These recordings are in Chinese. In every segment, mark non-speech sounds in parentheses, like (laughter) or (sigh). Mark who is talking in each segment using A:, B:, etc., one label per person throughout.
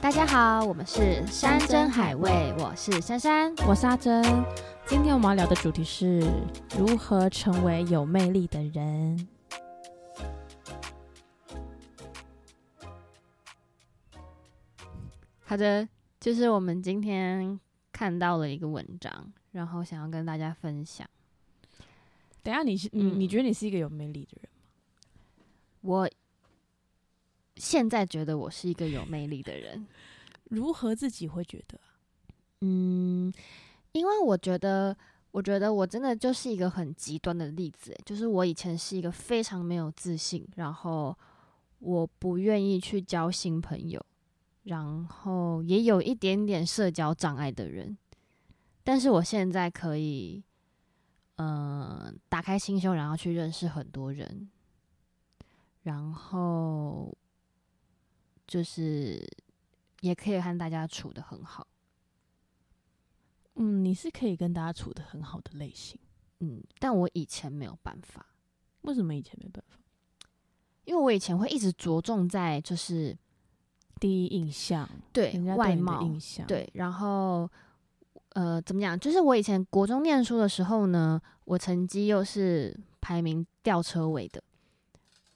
A: 大家好，我们是山珍海味，我是珊珊。
B: 我是阿珍，今天我们要聊的主题是如何成为有魅力的人。
A: 好的，就是我们今天看到了一个文章，然后想要跟大家分享。
B: 等一下你是你、
A: 嗯
B: 你觉得你是一个有魅力的人吗？
A: 我现在觉得我是一个有魅力的人，
B: 如何自己会觉得啊？
A: 嗯，因为我觉得，我觉得我真的就是一个很极端的例子欸，就是我以前是一个非常没有自信，然后我不愿意去交新朋友，然后也有一点点社交障碍的人，但是我现在可以，嗯、打开心胸，然后去认识很多人，然后就是也可以和大家处的很好。
B: 嗯，你是可以跟大家处的很好的类型。
A: 嗯，但我以前没有办法，
B: 为什么以前没办法？
A: 因为我以前会一直着重在就是
B: 第一印象，
A: 对
B: 人家
A: 外
B: 哎对你的
A: 貌，
B: 印象，，
A: 对，然后呃，怎么讲？就是我以前国中念书的时候呢，我成绩又是排名吊车尾的。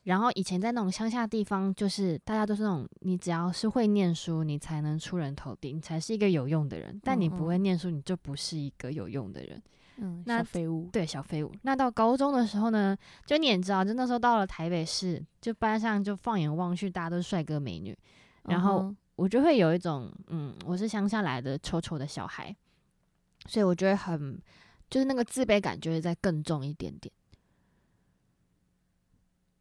A: 然后以前在那种乡下地方，就是大家都是那种，你只要是会念书，你才能出人头地，你才是一个有用的人。但你
B: 嗯嗯
A: 不会念书，你就不是一个有用的人。
B: 嗯，
A: 那
B: 小废物，
A: 对，小废物。那到高中的时候呢，就你也知道，就那时候到了台北市，就班上就放眼望去，大家都是帅哥美女，然后
B: 嗯哼
A: 我就会有一种，嗯，我是乡下来的丑丑的小孩，所以我觉得很，就是那个自卑感觉得再更重一点点。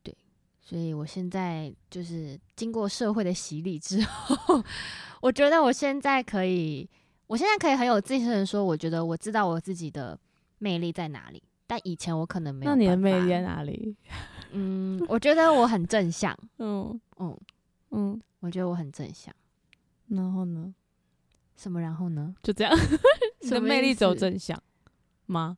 A: 对，所以我现在就是经过社会的洗礼之后， (laughs) 我觉得我现在可以，我现在可以很有自信的说，我觉得我知道我自己的魅力在哪里。但以前我可能没有。
B: 那你的魅力在？哪里？
A: 嗯，我觉得我很正向。
B: 嗯
A: 嗯，
B: 嗯，
A: 我觉得我很正向。
B: 然后呢？
A: 什么然后呢？
B: 就 (laughs) 这样，你
A: 什
B: 的
A: 么
B: 魅
A: 意
B: 力只有
A: 思
B: 正向吗？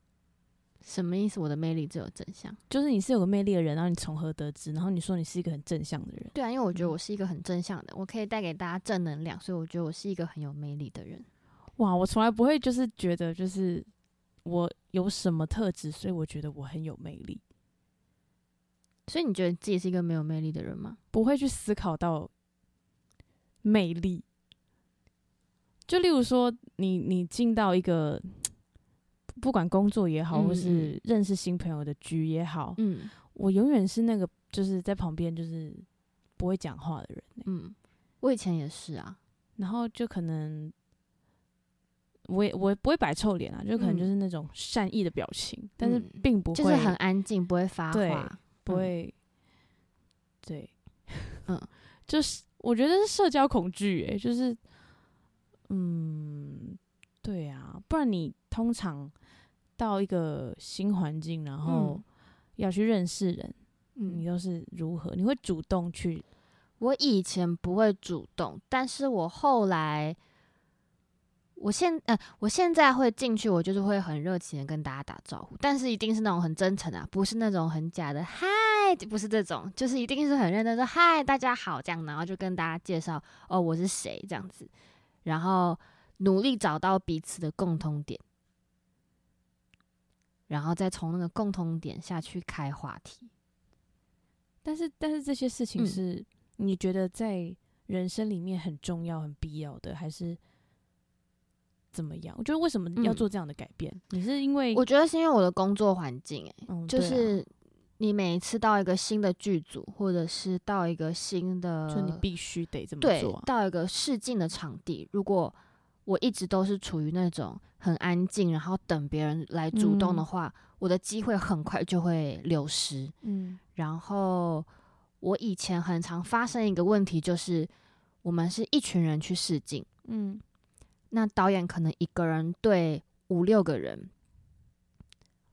A: 什么意思？我的魅力只有正向？
B: 就是你是有个魅力的人，然后你从何得知？然后你说你是一个很正向的人，
A: 对啊，因为我觉得
B: 嗯
A: 我是一个很正向的，我可以带给大家正能量，所以我觉得我是一个很有魅力的人。
B: 哇！我从来不会就是觉得就是我有什么特质，所以我觉得我很有魅力，
A: 所以你觉得自己是一个没有魅力的人吗？
B: 不会去思考到魅力。就例如说，你你进到一个不管工作也好，
A: 嗯
B: 或是认识新朋友的局也好，
A: 嗯
B: 我永远是那个就是在旁边就是不会讲话的人欸、
A: 嗯，我以前也是啊。
B: 然后就可能我也我也不会摆臭脸啊，就可能
A: 嗯
B: 就是那种善意的表情，但是
A: 嗯
B: 并不会
A: 就是很安静，不会发
B: 对
A: 话。
B: 不会、对，
A: (laughs) 嗯，
B: 就是我觉得是社交恐惧，诶，就是嗯，对啊，不然你通常到一个新环境，然后
A: 嗯
B: 要去认识人，你
A: 嗯，
B: 都是如何？你会主动去
A: 我以前不会主动，但是我后来，我现呃，我现在会进去，我就是会很热情的跟大家打招呼，但是一定是那种很真诚啊，不是那种很假的嗨，不是这种，就是一定是很认真说嗨，大家好这样，然后就跟大家介绍哦我是谁这样子，然后努力找到彼此的共通点，然后再从那个共通点下去开话题。
B: 但是，但是这些事情
A: 嗯
B: 是你觉得在人生里面很重要、很必要的，还是怎么样？我觉得为什么要
A: 嗯
B: 做这样的改变？你是因为
A: 我觉得是因为我的工作环境、欸，
B: 嗯
A: 就
B: 对啊
A: 是你每一次到一个新的剧组，或者是到一个新的，
B: 就你必须得这么
A: 呃对
B: 做啊、
A: 到一个试镜的场地，如果我一直都是处于那种很安静，然后等别人来主动的
B: 嗯
A: 话，我的机会很快就会流失。
B: 嗯
A: 然后我以前很常发生一个问题，就是我们是一群人去试镜，
B: 嗯，
A: 那导演可能一个人对五六个人，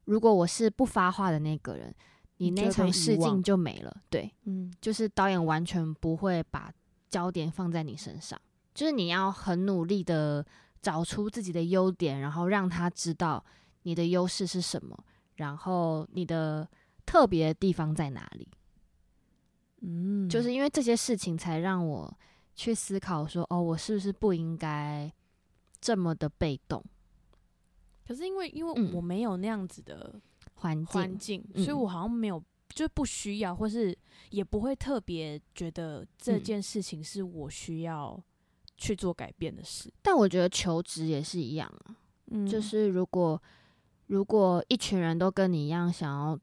A: 如果我是不发话的那个人，你
B: 你就
A: 那
B: 会被
A: 场
B: 遗
A: 试镜
B: 忘
A: 就没了。对，
B: 嗯
A: 就是导演完全不会把焦点放在你身上，就是你要很努力的找出自己的优点，然后让他知道你的优势是什么，然后你的特别的地方在哪里。
B: 嗯，
A: 就是因为这些事情，才让我去思考说，哦，我是不是不应该这么的被动？
B: 可是因为因为
A: 嗯
B: 我没有那样子的
A: 环境，
B: 环境，所以
A: 嗯
B: 我好像没有就不需要，或是也不会特别觉得这
A: 嗯
B: 件事情是我需要去做改变的事。
A: 但我觉得求职也是一样啊，
B: 嗯
A: 就是如果如果一群人都跟你一样想要，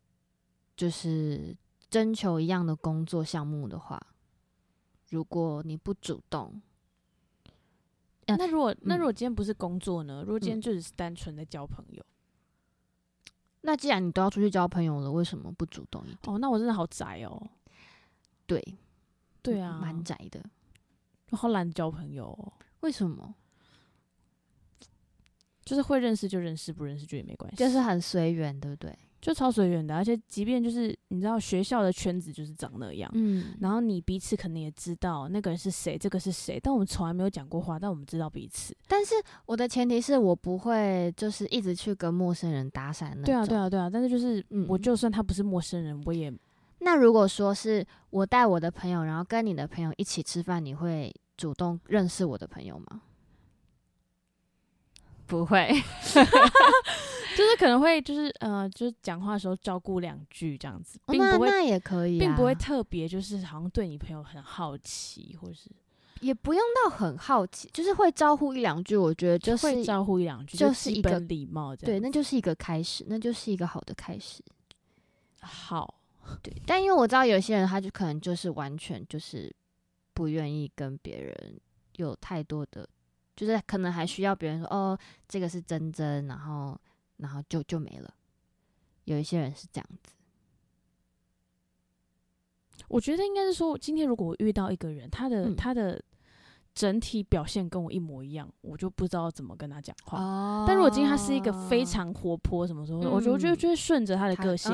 A: 就是征求一样的工作项目的话，如果你不主动，呃
B: 那如果那
A: 嗯
B: 如果今天不是工作呢？如果今天
A: 嗯
B: 就只是单纯的交朋友，
A: 那既然你都要出去交朋友了，为什么不主动一点？
B: 哦，那我真的好宅哦。
A: 对，嗯
B: 对啊，
A: 蛮宅的。
B: 我好懒得交朋友、哦，
A: 为什么？
B: 就是会认识就认识，不认识就也没关系，
A: 就是很随缘，对不对？
B: 就超随缘的。啊而且即便就是你知道学校的圈子就是长那样，
A: 嗯
B: 然后你彼此可能也知道那个人是谁，这个是谁，但我们从来没有讲过话，但我们知道彼此。
A: 但是我的前提是我不会就是一直去跟陌生人搭讪那种。
B: 对啊，对啊，对啊。但是就是、
A: 嗯
B: 我就算他不是陌生人，我也
A: 那如果说是我带我的朋友，然后跟你的朋友一起吃饭，你会主动认识我的朋友吗？ (laughs) 不会，
B: 就是可能会就是呃，就是讲话的时候照顾两句这样子，并
A: 哦那
B: 不会，
A: 那也可以、啊，
B: 并不会，特别就是好像对你朋友很好奇，或是
A: 也不用到很好奇，就是会招呼一两句，我觉得就是
B: 会招呼一两句，
A: 就是是
B: 基
A: 一个
B: 本礼貌这
A: 对，
B: 样。
A: 那就是一个开始，那就是一个好的开始。
B: 好，
A: 对，但因为我知道有些人，他就可能就是完全就是不愿意跟别人有太多的，就是可能还需要别人说哦，这个是真真，然后然后就就没了。有一些人是这样子，
B: 我觉得应该是说，今天如果我遇到一个人，他的、
A: 嗯
B: 他的整体表现跟我一模一样，我就不知道怎么跟他讲话。
A: 哦
B: 但如果今天他是一个非常活泼什么什么的，我觉得我就
A: 嗯
B: 就会顺着他的个性，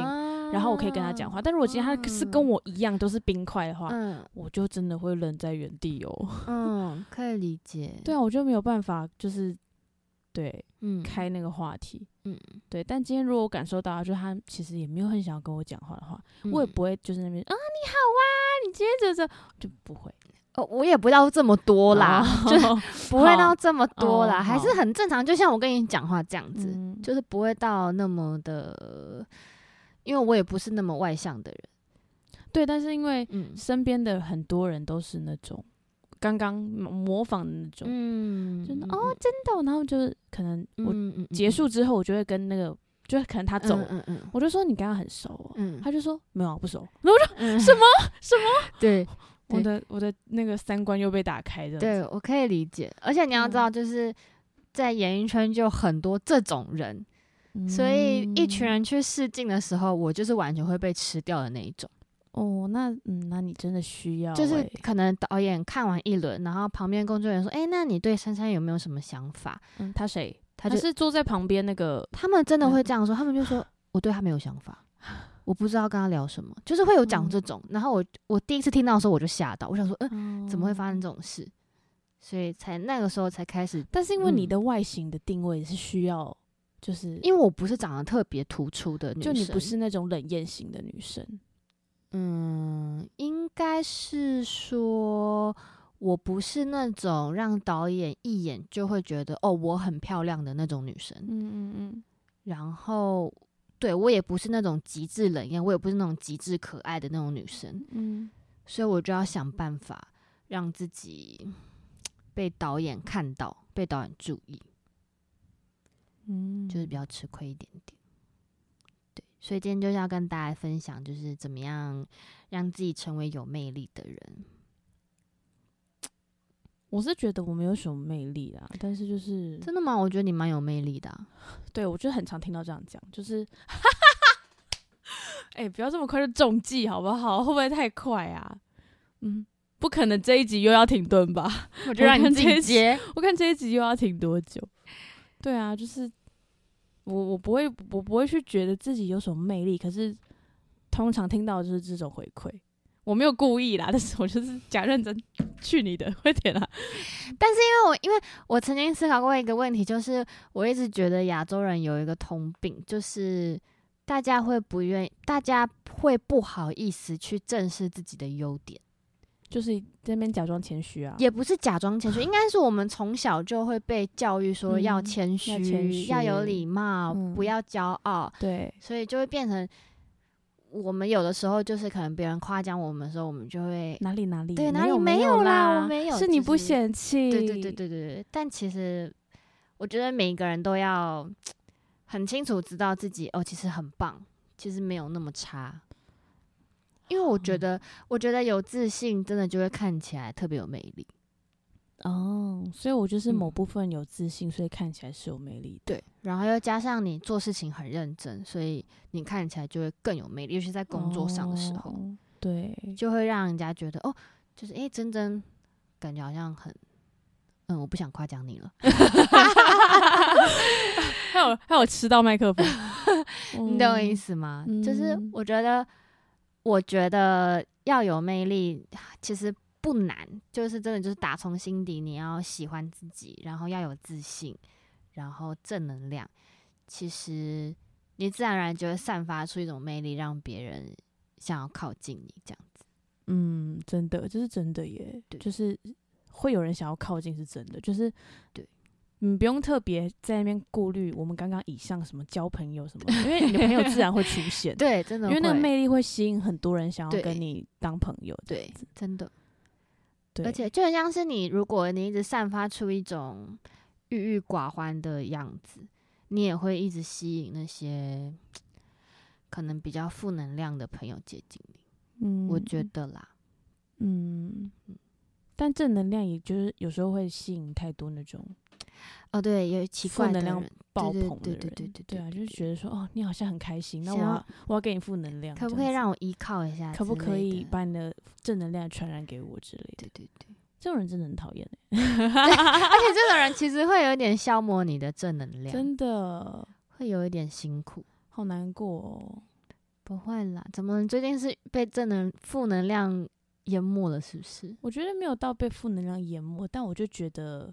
B: 然后我可以跟
A: 啊
B: 他讲话。但如果今天他是跟我一样都是冰块的话，
A: (laughs) 嗯
B: 我就真的会愣在原地哦。 (laughs)
A: 嗯，可以理解，
B: 对啊，我就没有办法，就是对
A: 嗯，
B: 开那个话题。
A: 嗯
B: 对，但今天如果我感受到，就是他其实也没有很想要跟我讲话的话，我也
A: 嗯
B: 不会就是那边啊，你好啊，你今天怎么就不会
A: 哦，我也不到这么多啦， (laughs) 就
B: 哦 (laughs)
A: 不会
B: 好
A: 到这么多
B: 哦
A: 啦，还是
B: 好
A: 很正常，就像我跟你讲话这样子，
B: 嗯
A: 就是不会到那么的，因为我也不是那么外向的人，
B: 对，但是因为
A: 嗯
B: 身边的很多人都是那种刚刚模模仿的那种，
A: 嗯
B: 哦真的哦，真的哦，然后就是可能我
A: 我
B: 结束之后，我就会跟那个，就是可能他走，了，
A: 嗯嗯
B: 我就说你跟他很熟哦，
A: 嗯
B: 他就说没有啊，不熟。然后我就
A: 嗯，
B: (laughs) 什
A: 么
B: 什
A: 么？ (laughs) 对
B: 我的我的那个三观又被打开的，
A: 对，我可以理解，而且你
B: 嗯
A: 要知道，就是在演艺圈就有很多这种人，
B: 嗯，
A: 所以一群人去试镜的时候，我就是完全会被吃掉的那一种。
B: 哦，那嗯，那你真的需要欸、
A: 就是可能导演看完一轮，然后旁边工作人员说：“哎、那你对珊珊有没有什么想法
B: 嗯，他谁？？”
A: 他
B: 他
A: 就他
B: 是坐在旁边那个，
A: 们真
B: 嗯
A: 的会这样说，他们就
B: (laughs)
A: 说：“我对他没有想法，我不知道跟他聊什么。”就是
B: 嗯
A: 会有讲这种。然后我我第一次听到的时候，我就吓到，我想说：“嗯、
B: 哦
A: 怎么会发生
B: 这？
A: 这种事？”所以才那个时候才开始，
B: 但是因为你
A: 嗯
B: 的外形的定位是需要，就是
A: 因为我不是长得特别突出的女
B: 就
A: 生，
B: 你不是那种冷艳型的女生，
A: 嗯，应该是说我不是那种让导演一眼就会觉得哦我很漂亮的那种女生，
B: 嗯嗯嗯，
A: 然后对我也不是那种极致冷艳，我也不是那种极致可爱的那种女生，
B: 嗯，
A: 所以我就要想办法让自己被导演看到，被导演注意，
B: 嗯，
A: 就是比较吃亏一点点。对，所以今天就是要跟大家分享，就是怎么样让自己成为有魅力的人。
B: 我是觉得我没有什么魅力啦，但是就是
A: 真的吗？我觉得你蛮有魅力的啊、
B: 对我就很常听到这样讲，就是， (laughs) 哎、不要这么快就中计好不好？会不会太快啊？嗯，不可能这一集又要停顿吧？
A: 我
B: 就让你自己
A: 接。
B: 我看这一集又要停多久？对啊，就是我我不会我不会去觉得自己有什么魅力，可是通常听到的就是这种回馈。我没有故意啦，但是我就是假认真，去你的，快点啦！
A: 因为我因为我曾经思考过一个问题，就是我一直觉得亚洲人有一个通病，就是大家会不愿意，大家会不好意思去正视自己的优点。
B: (laughs) 就是在那边假装谦虚啊，
A: 也不是假装谦虚，
B: (laughs)
A: 应该是我们从小就会被教育说要
B: 嗯
A: 谦
B: 要
A: 虚、
B: 谦虚
A: 要有礼貌，
B: 嗯
A: 不要骄傲，
B: 对，
A: 所以就会变成我们有的时候就是可能别人夸奖我们的时候，我们就会
B: 哪里哪里
A: 对哪
B: 有
A: 里
B: 没
A: 有
B: 啦，
A: 我没有，
B: 是你
A: 就
B: 不嫌弃，
A: 对对对对对对，但其实我觉得每一个人都要很清楚知道自己哦，其实很棒，其实没有那么差。因为我觉
B: 哦
A: 得，我觉得有自信真的就会看起来特别有魅力。
B: 哦，所以我就是某
A: 嗯
B: 部分有自信，所以看起来是有魅力的。
A: 对，然后又加上你做事情很认真，所以你看起来就会更有魅力，尤其在工作上的时候，
B: 哦对，
A: 就会让人家觉得哦，就是诶，真真感觉好像很，嗯，我不想夸奖你了，
B: 还有还有吃到麦 (laughs) 克风，嗯
A: 你懂我意
B: 思？
A: 思吗？就是
B: 嗯
A: 我觉得，我觉得要有魅力其实不难，就是真的就是打从心底你要喜欢自己，然后要有自信，然后正能量，其实你自然而然就会散发出一种魅力，让别人想要靠近你这样子。
B: 嗯，真的，这是真的耶，
A: 对
B: 就是会有人想要靠近，是真的，就是
A: 对。，
B: 你不用特别在那边顾虑我们刚刚以上什么交朋友什么的，因为你的朋友自然会出现
A: (laughs) 对，真的
B: 因
A: 会，
B: 为那个魅力会吸引很多人想要
A: 对
B: 跟你当朋友这样
A: 对
B: 子。，
A: 真的，
B: 对，
A: 而且就很像是你，如果你一直散发出一种郁郁寡欢的样子，你也会一直吸引那些可能比较负能量的朋友接近你。
B: 嗯
A: 我觉得啦，
B: 嗯，但正能量也就是有时候会吸引太多那种
A: 哦，对，有奇
B: 负
A: 怪的
B: 能量
A: 人，
B: 爆
A: 对
B: 棚的
A: 对
B: 人，
A: 对对对
B: 啊，
A: 对
B: 就是
A: 对
B: 觉得说哦，你好像很开心，那
A: 想
B: 我
A: 要
B: 要我要给你负能量，
A: 可不
B: 这
A: 可以
B: 样子
A: 让我依靠一下？
B: 可不可以？把你的正能量传染给我之类的
A: 对？对
B: (laughs)
A: 对，
B: 这种人真的很讨厌欸
A: 而且这种人其实会有点消磨你的正能量，
B: 真的
A: 会有一点辛苦。
B: 好难过哦。
A: 不会啦，怎么最近是被正能负能量淹没了？是不是？
B: 我觉得没有到被负能量淹没，但我就觉得，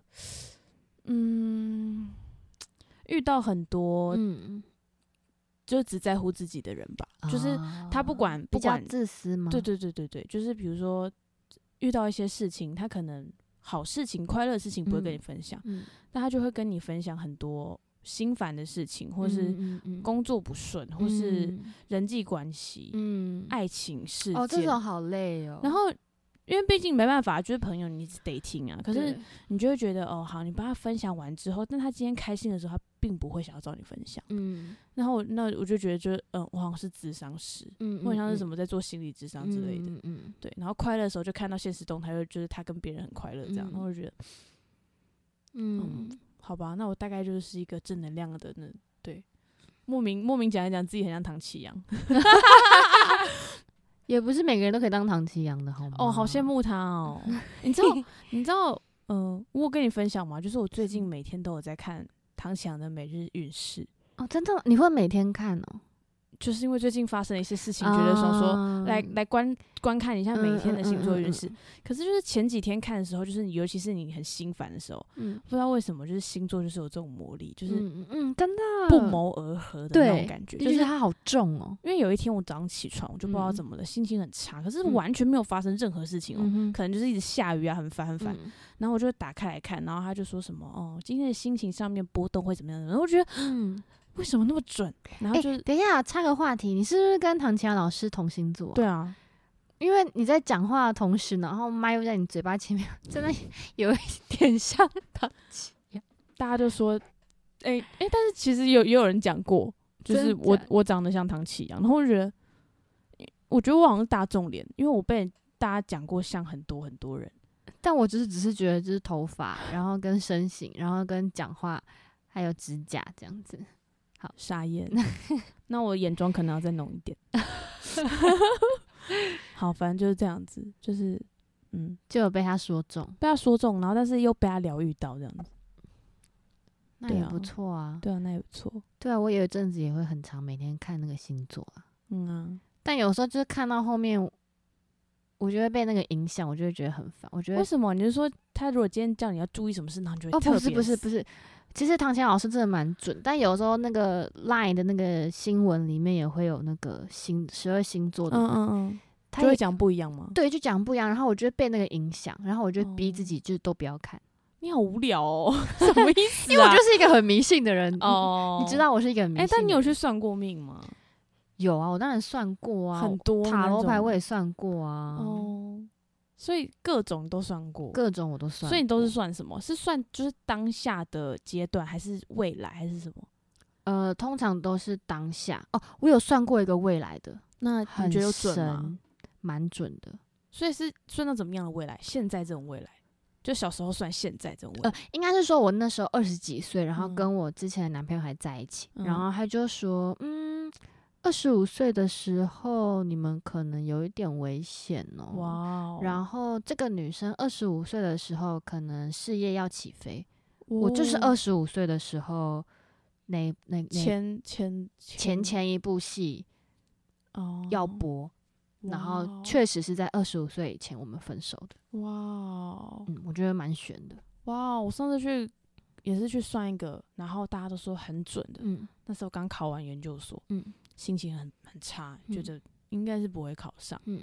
B: 嗯，遇到很多
A: 嗯，
B: 就只在乎自己的人吧，就是他不
A: 啊
B: 管不
A: 比较
B: 管
A: 自私吗？
B: 对对对对对，就是比如说遇到一些事情，他可能好事情、快乐的事情不会跟
A: 嗯
B: 你分享，
A: 嗯，
B: 但他就会跟你分享很多心烦的事情，或是
A: 嗯嗯嗯
B: 工作不顺，或是
A: 嗯
B: 人际关系、
A: 嗯
B: 爱情事件。
A: 哦，这种好累哦。
B: 然后，因为毕竟没办法，就是朋友你得听啊。可是
A: 对
B: 你就会觉得，哦，好，你帮他分享完之后，但他今天开心的时候，他并不会想要找你分享。
A: 嗯
B: 然后我那我就觉得就，嗯，我好像是智商师，
A: 嗯，
B: 或者像是什
A: 么
B: 么在做心理智商之类的。
A: 嗯嗯
B: 对，然后快乐的时候就看到现实动态，就就是他跟别人很快乐这样，然
A: 嗯
B: 后我就觉得
A: 嗯，嗯
B: 好吧，那我大概就是一个正能量的那对，莫名莫名讲一讲自己很像唐启阳，
A: 也不是每个人都可以当唐奇阳的好吗？
B: 哦，好羡。慕他
A: (laughs)
B: 哦，你知道你知道嗯、呃我有跟你分享吗？就是我最近
A: 嗯
B: 每天都有在看唐启阳的每日运势，
A: 哦，真的吗，你会每天看哦？
B: 就是因为最近发生了一些事情，觉得想说。来
A: 嗯
B: 来观观看一下每天的星座运势，
A: 嗯
B: 可是就是前几天看的时候，就是尤其是你很心烦的时候，
A: 嗯，
B: 不知道为什么，就是星座就是有这种魔力，就是
A: 嗯嗯嗯，真的
B: 不谋而合的那种
A: 对
B: 感觉，
A: 就
B: 就是是
A: 它好重哦。
B: 因为有一天我早上起床，我就不知道
A: 嗯
B: 怎么了，心情很差，可是
A: 嗯
B: 完全没有发生任何事情哦，
A: 嗯
B: 可能就是一直下雨啊，很烦很
A: 哼，
B: 烦。
A: 嗯
B: 然后我就打开来看，然后他就说什么哦，今天的心情上面波动会怎么样？然后我觉得
A: 嗯，
B: 为什么那么准？然后
A: 哎
B: 就是、
A: 等一下，插个话题，你是不是跟唐奇阳老师同星座啊？
B: 对啊，
A: 因为你在讲话的同时，然后麦又在你嘴巴前面，真的有一点像唐奇阳。
B: 大家就说，哎、哎、但是其实有也有人讲过，就是
A: 真
B: 我
A: 假
B: 我长得像唐启阳，然后我觉得，我觉得我好像是大众脸，因为我被大家讲过像很多很多人。
A: 但我就是只是觉得，就是头发，然后跟身形，然后跟讲话，还有指甲这样子。(laughs)
B: 傻眼。那我眼妆可能要再浓一点。好，反正就是这样子，就是嗯，
A: 就有被他说中，
B: 被他说中，然后但是又被他疗愈到这样子。
A: 那
B: 对
A: 也
B: 啊
A: 不错啊。
B: 对啊，那也不错。
A: 对啊，我有一阵子也会很常每天看那个星座啊，
B: 嗯啊，
A: 但有时候就是看到后面，我就会被那个影响，我就会觉得很烦。我觉
B: 为
A: 得
B: 什么？你是说他如果今天叫你要注意什么事，然后你就会
A: 哦，不
B: 特
A: 是
B: 别
A: 不是不是，其实唐乾老师真的蛮准，但有时候那个 Line 的那个新闻里面也会有那个星十二星座的
B: 嗯
A: 嘛，
B: 嗯嗯，
A: 他
B: 就
A: 也
B: 会讲不一样
A: (laughs)
B: 吗？
A: 对，就讲不一样。然后我就会被那个影响，然后我就会逼
B: 哦
A: 自己就是都不要看，
B: 你好无
A: (laughs)
B: 聊哦，什么意思、啊？
A: 因为我就是一个很迷信的人。
B: (laughs) 哦，
A: 你知？道我是一个很迷
B: 哎、
A: 信的人。
B: 但你有去算过命吗？
A: 有啊？我当然算过啊，
B: 很多
A: 塔
B: 那
A: 罗牌
B: 种
A: 我也算过啊，
B: 哦，所以各种都算过。
A: 各种我都算。
B: 所以你都是算什么？是算就是当下的阶段，还是未来，还是什么？
A: 呃，通常都是当下哦。我有算过一个未来的，
B: 那
A: 很
B: 你觉得有准吗
A: 神？，蛮准的。
B: 所以是算到怎么样的未来？现在这种未来，就小时候算现在这种未来。
A: 呃，应该是说我那时候二十几岁，然后
B: 嗯
A: 跟我之前的男朋友还在一起，
B: 嗯
A: 然后他就说，嗯，二十五岁的时候你们可能有一点危险哦。
B: 哇哦！
A: 然后这个女生二十五岁的时候，可能事业要起飞。我就是
B: 哦
A: 二十五岁的时候，那那那
B: 前前
A: 前前一部戏
B: 哦
A: 要播，然后确实是在二十五岁以前我们分手的。
B: 哇哦
A: 嗯，我觉得蛮悬的。
B: 哇哦！我上次去也是去算一个，然后大家都说很准的。
A: 嗯
B: 那时候刚考完研究所，
A: 嗯
B: 心情很很差，
A: 嗯
B: 觉得应该是不会考上。
A: 嗯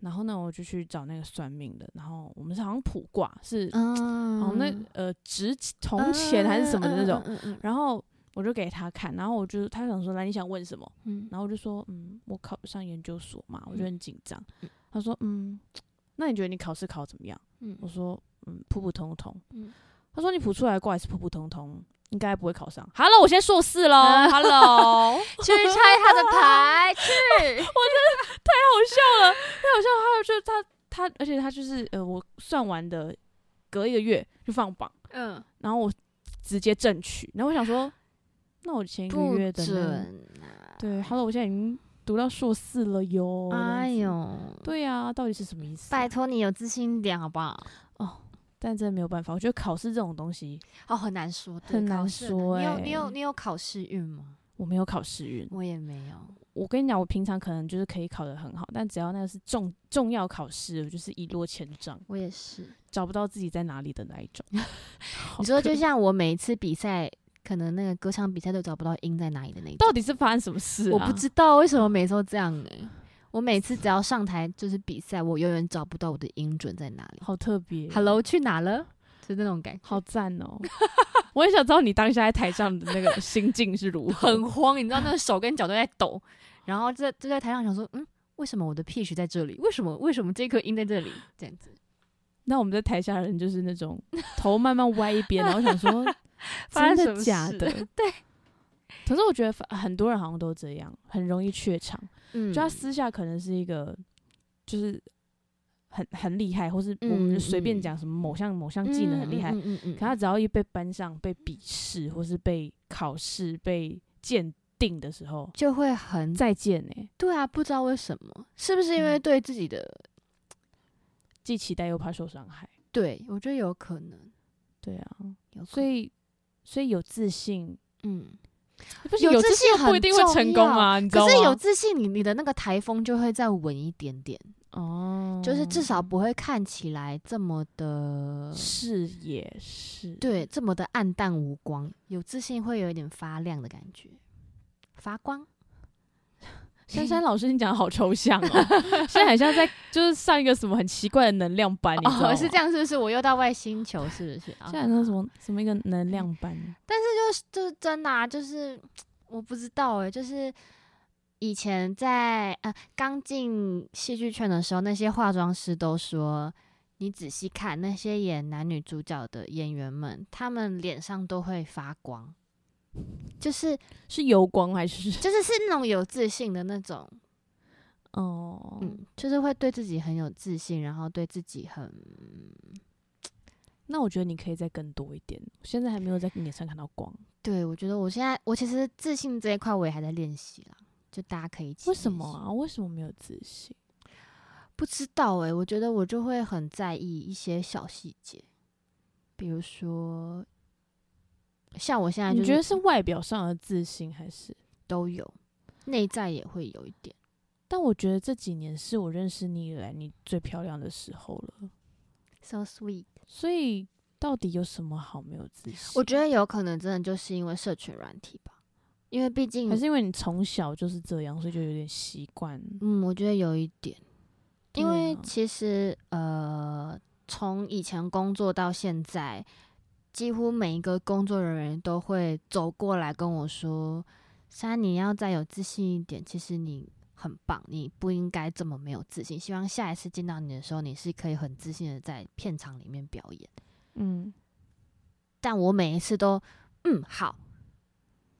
B: 然后呢，我就去找那个算命的，然后我们是好像卜卦是，
A: 嗯
B: 哦那呃值铜钱还是什么的那种，
A: 嗯嗯
B: 然后我就给他看，然后我就他想说来你想问什么，
A: 嗯
B: 然后我就说嗯我考不上研究所嘛，我
A: 嗯
B: 就很紧张
A: 嗯。
B: 他说嗯，那你觉得你考试考得怎么样？
A: 嗯
B: 我说嗯普普通通。
A: 嗯
B: 他说你卜出来的卦也是普普通通，应该不会考上。Hello，我现在硕士
A: (laughs)
B: 喽 (laughs) ，Hello，
A: (laughs) 去拆他的牌， (laughs) 去。
B: 好像还有就是他他，而且他就是呃，我算完的隔一个月就放榜，
A: 嗯，
B: 然后我直接正取，然后我想说，那我前一个
A: 不
B: 月的呢
A: 准啊！
B: 对，Hello，我现在已经读到硕士了哟。
A: 哎
B: 这样子，
A: 呦，
B: 对呀、到底是什么意思啊、
A: 拜托你有自信一点好不好？
B: 哦但真的没有办法，我觉得考试这种东西，
A: 哦，很难说，哎对
B: 很难
A: 考试
B: 说
A: 你有
B: 欸
A: 你有你有考试运吗？
B: 我没有考试运。
A: 我也没有。
B: 我跟你讲，我平常可能就是可以考得很好，但只要那个是重重要考试，我就是一落千丈，
A: 我也是。
B: 找不到自己在哪里的那一种。
A: (laughs) 你说
B: 好
A: 就
B: 可
A: 像我每一次比赛，可能那个歌唱比赛都找不到音在哪里的那一种
B: 到。底是发生什么事、啊？
A: 我不知道为什么每次都这样哎、我每次只要上台就是比赛，我永远找不到我的音准在哪里。
B: 啊好特别。
A: Hello，去哪了？就那种感觉，
B: 好赞哦、 (laughs) 我很想知道你当下在台上的那个心境是如
A: (laughs)
B: 何。
A: 很慌，你知道那个手跟脚都在抖，然后就在就在台上想说，嗯，为什么我的 pitch 在这里？为什么为什么这颗音在这里？这样子，
B: 那我们在台下的人就是那
A: (laughs)
B: 种头慢慢歪一边，然后想说
A: 发生
B: 真
A: 什
B: 的
A: 么
B: 假
A: 事
B: 的？
A: (laughs)
B: 对。可是我觉得反很多人好像都这样，很容易怯场。
A: 嗯
B: 就他私下可能是一个，就是很很厉害，或是我
A: 嗯
B: 们就随便
A: 嗯
B: 讲什么某项某项技能很厉害，
A: 嗯嗯嗯
B: 可他只要一被班上被鄙视，或是被考试被鉴定的时候，
A: 就会很
B: 再见哎、
A: 对啊，不知道为什么，是不是因为
B: 嗯
A: 对自己的？
B: 既期待又怕受伤害。
A: 对我觉得有可能，
B: 对啊，
A: 有可
B: 所
A: 能
B: 以所以有自信，
A: 嗯。
B: 不是
A: 有
B: 有
A: 自
B: 自信
A: 信
B: 不
A: 很
B: 一定会成功啊，你知道
A: 可
B: 吗？
A: 是有自信，你你的那个台风就会再稳一点点，
B: 哦，
A: 就是至少不会看起来这么的，
B: 是也是，
A: 对，这么的暗淡无光。有自信会有一点发亮的感觉，发光。
B: 珊珊老师，你讲的好抽象哦，
A: (laughs)
B: 现在很像在就是上一个什么很奇怪的能量班，哎
A: (laughs)
B: 你知道吗？
A: 哦，是这，样，是不是？我又到外星球，是
B: (laughs)
A: 不是？啊
B: 现，在很像什么什么一个能量
A: 嗯
B: 班，
A: 就是真的、啊，就是我不知道哎、就是以前在呃刚进戏剧圈的时候，那些化妆师都说，你仔细看那些演男女主角的演员们，他们脸上都会发光，就是
B: 是油光还是？
A: 就是是那种有自信的那种，
B: 哦，
A: 嗯，就是会对自己很有自信，然后对自己很
B: 那我觉得你可以再更多一点，现在还没有在你脸上看到光，
A: 对我觉得我现在我其实自信这一块我也还在练习啦，就大家可以一起
B: 为什
A: 练
B: 么啊
A: 习
B: 啊？为什么没有自信？
A: 不知道诶、我觉得我就会很在意一些小细节，比如说，像我现在就
B: 你
A: 是
B: 觉得是外表上的自信还是？
A: 都有，内在也会有一点。
B: 但我觉得这几年是我认识你以来你最漂亮的时候了，
A: So sweet，
B: 所以到底有什么好没有自信？
A: 我觉得有可能真的就是因为社群软体吧，因为毕竟嗯
B: 还是因为你从小就是这样，所以就有点习惯。
A: 嗯，我觉得有一点，因为
B: 对啊
A: 其实呃，从以前工作到现在，几乎每一个工作人员都会走过来跟我说：“珊，你要再有自信一点，其实你很棒，你不应该这么没有自信。希望下一次见到你的时候，你是可以很自信的在片场里面表演。”
B: 嗯，
A: 但我每一次都嗯好，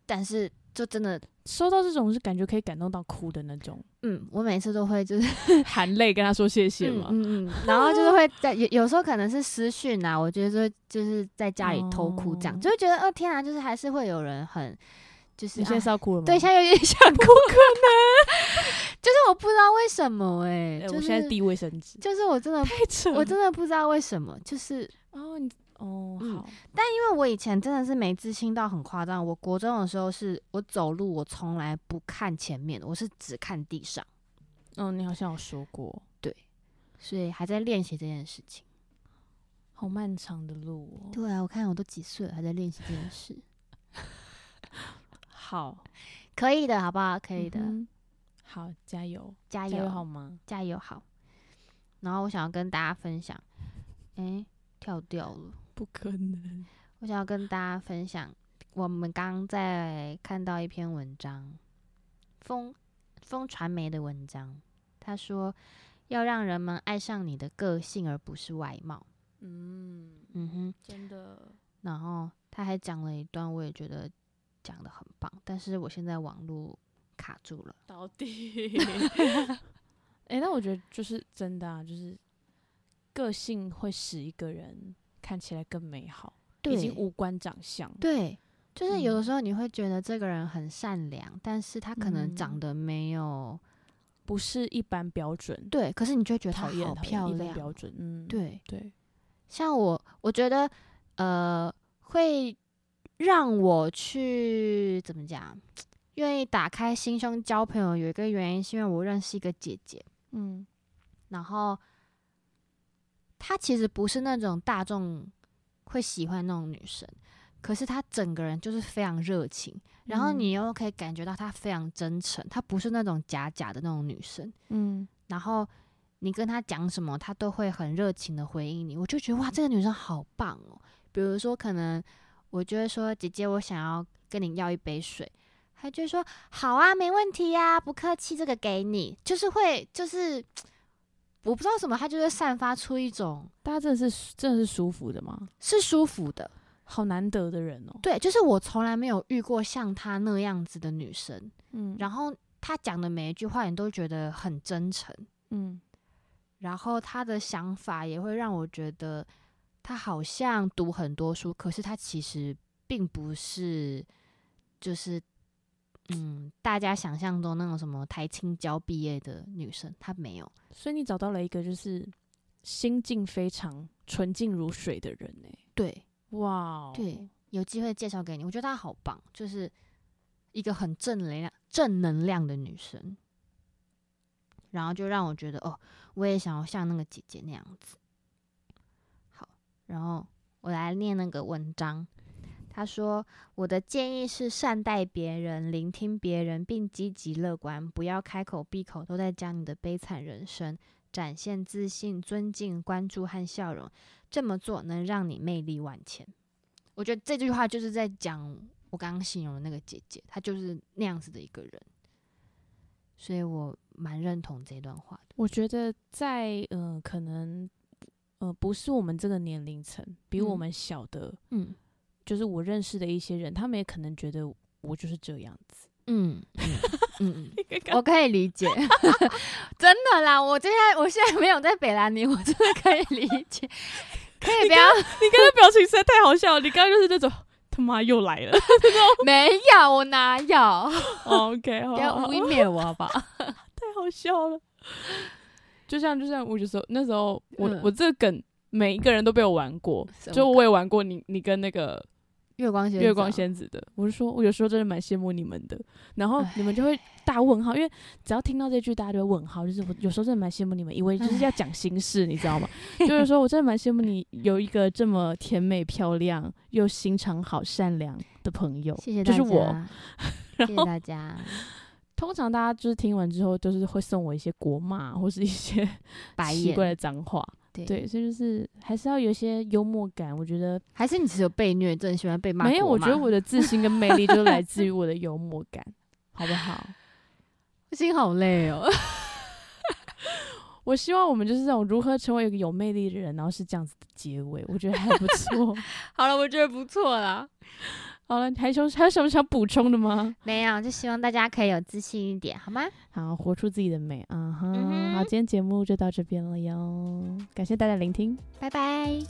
A: 但是就真的
B: 收到这种是感觉可以感动到哭的那种，
A: 嗯，我每一次都会就是
B: 含泪跟他说谢谢
A: 嗯
B: 嘛。
A: 嗯嗯，然后就是会在有有时候可能是私讯啊，我觉得就就是在家里偷哭这样，
B: 哦
A: 就会觉得哦天啊，就是还是会有人很就是
B: 你现在
A: 啊
B: 是要哭了吗？
A: 对，现在有点 (laughs) 想哭，可能就是我不知道为什么哎、
B: 哎
A: 就是、
B: 我现在递卫生纸，
A: 就是我真的
B: 太扯了。
A: 我真的不知道为什么，就是
B: 哦，你哦
A: 嗯
B: 好，
A: 因为我以前真的是没自信到很夸张，我国中的时候是我走路我从来不看前面，我是只看地上，
B: 嗯，你好像有说过，
A: 所以还在练习这件事情。
B: 好漫长的路哦。
A: 对啊，我看我都几岁了，还在练习这件事。
B: 好，
A: 可以的，好不好？可以的，
B: 嗯哼好，加油，
A: 加
B: 加
A: 油，
B: 油好吗？
A: 加油好。然后我想要跟大家分享，诶，跳掉了。
B: 不可能，
A: 我想要跟大家分享，我们刚刚在看到一篇文章，风风传媒的文章，他说要让人们爱上你的个性，而不是外貌。
B: 嗯，
A: 嗯哼，
B: 真的，
A: 然后他还讲了一段，我也觉得讲的很棒，但是我现在网络卡住了。
B: 到
A: (laughs)
B: 底。哎、那我觉得就是真的啊，就是个性会使一个人看起来更美好，已经无关长相。，
A: 对，就是有的
B: 嗯
A: 时候你会觉得这个人很善良，但是他可能长
B: 嗯
A: 得没有、
B: 不是一般标准，
A: 对，可是你就会觉得她
B: 讨厌
A: 好
B: 讨厌
A: 漂
B: 一般
A: 亮。
B: 标准，嗯，
A: 对，
B: 对，
A: 像我，我觉得呃，会让我去怎么讲，愿意打开心胸交朋友，有一个原因是因为我认识一个姐姐，
B: 嗯
A: 然后她其实不是那种大众会喜欢那种女生，可是她整个人就是非常热情。然后你又可以感觉到她非常真诚，她不是那种假假的那种女生。
B: 嗯，
A: 然后你跟她讲什么，她都会很热情的回应你。我就觉得哇，这个女生好棒哦。比如说，可能我就会说：“姐姐，我想要跟你要一杯水。”她就会说：“好啊，没问题呀、不客气，这个给你。”就是会，就是我不知道为什么，她就会散发出一种
B: 大家真的是真的是舒服的吗？
A: 是舒服的。
B: 好难得的人哦、
A: 对，就是我从来没有遇过像她那样子的女生。
B: 嗯
A: 然后他讲的每一句话，你都觉得很真诚，
B: 嗯
A: 然后他的想法也会让我觉得他好像读很多书，可是他其实并不是就是嗯大家想象中那种什么台青交毕业的女生，她没有。，
B: 所以你找到了一个就是心境非常纯净如水的人呢、
A: 对
B: 哇哦、
A: 对，有机会介绍给你，我觉得她好棒，就是一个很正能量、正能量的女生。然后就让我觉得，哦，我也想要像那个姐姐那样子。好，然后我来念那个文章。他说：“我的建议是善待别人，聆听别人，并积极乐观，不要开口闭口都在讲你的悲惨人生，展现自信、尊敬、关注和笑容。这么做能让你魅力万千。”我觉得这句话就是在讲我刚刚形容的那个姐姐，她就是那样子的一个人，所以我蛮认同这段话的。
B: 我觉得在嗯、呃可能呃不是我们这个年龄层，比我
A: 嗯
B: 们小的，
A: 嗯
B: 就是我认识的一些人，他们也可能觉得我就是这样 (laughs) 子。哦
A: 嗯嗯嗯，嗯我可以理解， (laughs) 真的啦。我现在我现在没有在北兰尼，我真的可以理解。可以不要，
B: 你刚才表情实在太好笑了，你刚刚就是那种他妈又来了。
A: 没有，我哪有？
B: (laughs) 哦 OK，好
A: 不
B: 好
A: 要
B: 好
A: 污蔑我好不好？
B: 太好笑了。 (laughs) 就像就像我就说那时候我、
A: 嗯
B: 我这个梗每一个人都被我玩过，
A: 什么
B: 就我也玩过你你跟那个
A: (laughs) 月光先
B: 月光仙子的，我就说我有时候真的蛮羡慕你们的，然后你们就会大问号，因为只要听到这句大家就会问号，就是我有时候真的蛮羡慕你们，以为就是要讲心事，你
A: (laughs)
B: 知道吗？就是说我真的蛮羡慕你有一个这么甜美漂亮又心肠好善良的朋友，
A: 谢谢
B: 就
A: 大家，
B: 是我， (laughs)
A: 谢谢大家。
B: 通常大家就是听完之后，就是会送我一些国骂或是一些
A: (laughs) 白
B: 奇
A: 眼，
B: 怪的脏话。
A: 对
B: 对，所以就是还是要有一些幽默感。我觉得
A: 还是你只有被虐症，喜欢被骂国骂？
B: 没有，我觉得我的自信跟魅力就
A: (laughs)
B: 来自于我的幽默感，好不好？
A: 心好累哦。
B: 我希望我们就是这种如何成为一个有魅力的人，然后是这样子的结尾，我觉得还不 (laughs) 错。
A: 好了，我觉得不错啦。
B: 好了，你还有还有什么想补充的吗？
A: 没有，就希望大家可以有自信一点，好吗？
B: (laughs) 好，活出自己的美啊哈！
A: 嗯哼
B: 好，今天节目就到这边了哟，感谢大家聆听。
A: 拜拜。